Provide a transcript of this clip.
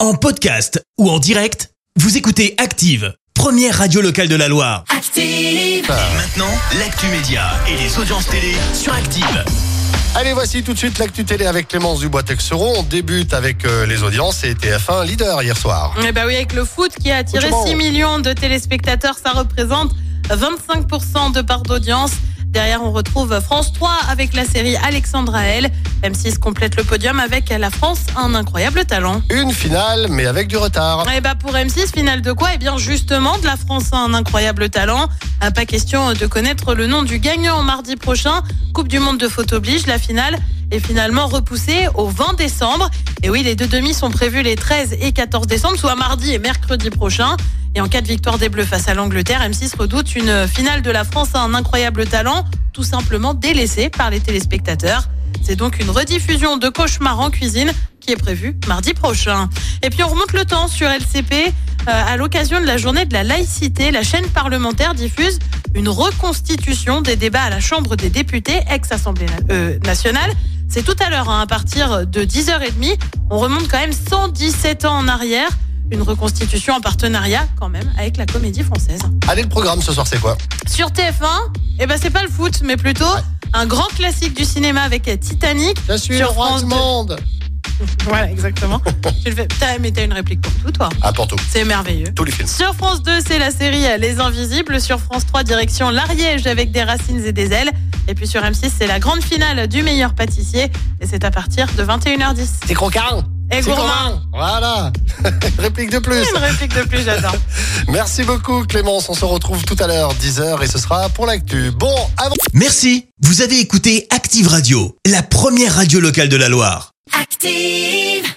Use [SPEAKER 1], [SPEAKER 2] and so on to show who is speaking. [SPEAKER 1] En podcast ou en direct, vous écoutez Active, première radio locale de la Loire.
[SPEAKER 2] Active.
[SPEAKER 1] Et maintenant, l'actu média et les audiences télé sur Active.
[SPEAKER 3] Allez, voici tout de suite l'actu télé avec Clémence Dubois-Texeron. On débute avec euh, les audiences et TF1 leader hier soir.
[SPEAKER 4] Eh ben oui, avec le foot qui a attiré
[SPEAKER 3] Football.
[SPEAKER 4] 6 millions de téléspectateurs, ça représente 25% de part d'audience. Derrière, on retrouve France 3 avec la série Alexandra L. M6 complète le podium avec La France, un incroyable talent.
[SPEAKER 3] Une finale, mais avec du retard.
[SPEAKER 4] Et bah pour M6, finale de quoi Eh bien justement de La France, un incroyable talent. Ah, Pas question de connaître le nom du gagnant mardi prochain. Coupe du monde de faute oblige, la finale est finalement repoussée au 20 décembre. Et oui, les deux demi sont prévus les 13 et 14 décembre, soit mardi et mercredi prochain. Et en cas de victoire des Bleus face à l'Angleterre, M6 redoute une finale de la France à un incroyable talent, tout simplement délaissée par les téléspectateurs. C'est donc une rediffusion de Cauchemar en cuisine qui est prévue mardi prochain. Et puis on remonte le temps sur LCP. Euh, à l'occasion de la journée de la laïcité, la chaîne parlementaire diffuse une reconstitution des débats à la Chambre des députés, ex-Assemblée na- euh, nationale. C'est tout à l'heure, hein, à partir de 10h30. On remonte quand même 117 ans en arrière. Une reconstitution en partenariat, quand même, avec la comédie française.
[SPEAKER 3] Allez, le programme ce soir, c'est quoi
[SPEAKER 4] Sur TF1, eh ben, c'est pas le foot, mais plutôt un grand classique du cinéma avec Titanic.
[SPEAKER 3] Je suis
[SPEAKER 4] Sur
[SPEAKER 3] le roi
[SPEAKER 4] France
[SPEAKER 3] du
[SPEAKER 4] deux.
[SPEAKER 3] monde.
[SPEAKER 4] Voilà, exactement. Tu le fais. T'as- Mais t'as une réplique pour tout, toi.
[SPEAKER 3] Ah, pour tout,
[SPEAKER 4] C'est merveilleux.
[SPEAKER 3] tous les films.
[SPEAKER 4] Sur France 2, c'est la série Les Invisibles. Sur France 3, direction l'Ariège avec des racines et des ailes. Et puis sur M6, c'est la grande finale du meilleur pâtissier. Et c'est à partir de 21h10.
[SPEAKER 3] C'est croquant.
[SPEAKER 4] Et
[SPEAKER 3] C'est
[SPEAKER 4] gourmand.
[SPEAKER 3] gourmand. Voilà. Réplique de plus.
[SPEAKER 4] Une réplique de plus, j'adore.
[SPEAKER 3] Merci beaucoup, Clémence. On se retrouve tout à l'heure, 10h, et ce sera pour l'actu. Bon, avant.
[SPEAKER 1] Merci, vous avez écouté Active Radio, la première radio locale de la Loire.
[SPEAKER 2] Active.